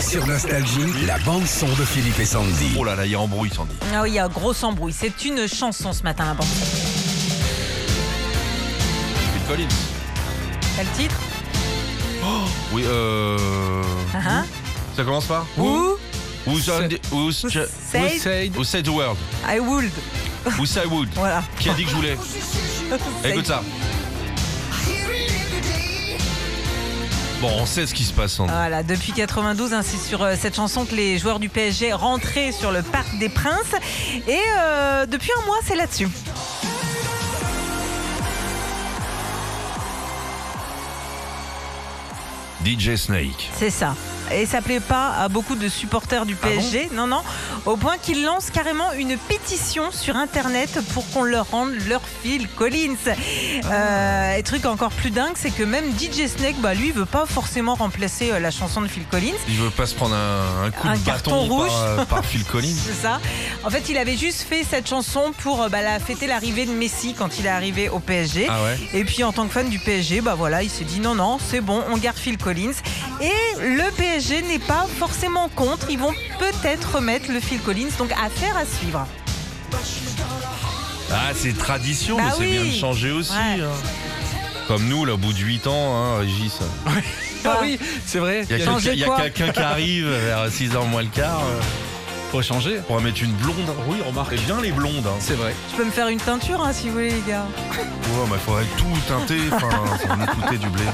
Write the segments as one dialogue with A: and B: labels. A: Sur Nostalgie, la bande-son de Philippe et Sandy.
B: Oh là là, il y a embrouille, Sandy.
C: Ah oui, il y a un gros embrouille. C'est une chanson ce matin, hein, la bande.
B: Phil Collins.
C: T'as le titre
B: Oui, euh.
C: Ah,
B: Ça commence par
C: ah. Who
B: Who said
C: Who said
B: Who said the world
C: I would.
B: Who said would
C: Voilà.
B: Qui a dit que je voulais Écoute ça. Bon, on sait ce qui se passe, Sandy.
C: Voilà, depuis 92, hein, c'est sur euh, cette chanson que les joueurs du PSG rentraient sur le Parc des Princes. Et euh, depuis un mois, c'est là-dessus.
B: DJ Snake.
C: C'est ça. Et ça plaît pas à beaucoup de supporters du
B: Ah bon
C: PSG, non, non, au point qu'ils lancent carrément une pétition sur Internet pour qu'on leur rende leur fil Collins. Euh, et truc encore plus dingue, c'est que même DJ Snake, bah, lui, veut pas forcément remplacer euh, la chanson de Phil Collins.
B: Il veut pas se prendre un, un coup
C: Un
B: de
C: carton
B: bâton
C: rouge.
B: Par, euh, par Phil Collins.
C: C'est ça. En fait, il avait juste fait cette chanson pour euh, bah, la- fêter l'arrivée de Messi quand il est arrivé au PSG.
B: Ah ouais
C: Et puis en tant que fan du PSG, bah voilà, il s'est dit non non, c'est bon, on garde Phil Collins. Et le PSG n'est pas forcément contre, ils vont peut-être remettre le Phil Collins, donc affaire à suivre.
B: Ah, c'est tradition,
C: Bah
B: mais c'est bien
C: oui.
B: de changer aussi.
C: Ouais.
B: hein. Comme nous, là, au bout de 8 ans, hein, Régis.
C: Voilà.
D: Ah oui, c'est vrai.
B: Il y a
C: Changer
B: quelqu'un- il y a
C: quoi
B: quelqu'un qui arrive vers 6h moins le quart. euh,
D: Faut changer.
B: On va mettre une blonde. Oui, remarque. bien les blondes. Hein.
D: C'est vrai.
C: Je peux me faire une teinture hein, si vous voulez les gars.
B: Ouais, mais faudrait tout teinter. Enfin, ça va nous coûter du blé.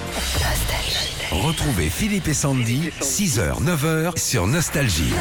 A: Retrouvez Philippe et Sandy, 6h, 9h sur Nostalgie.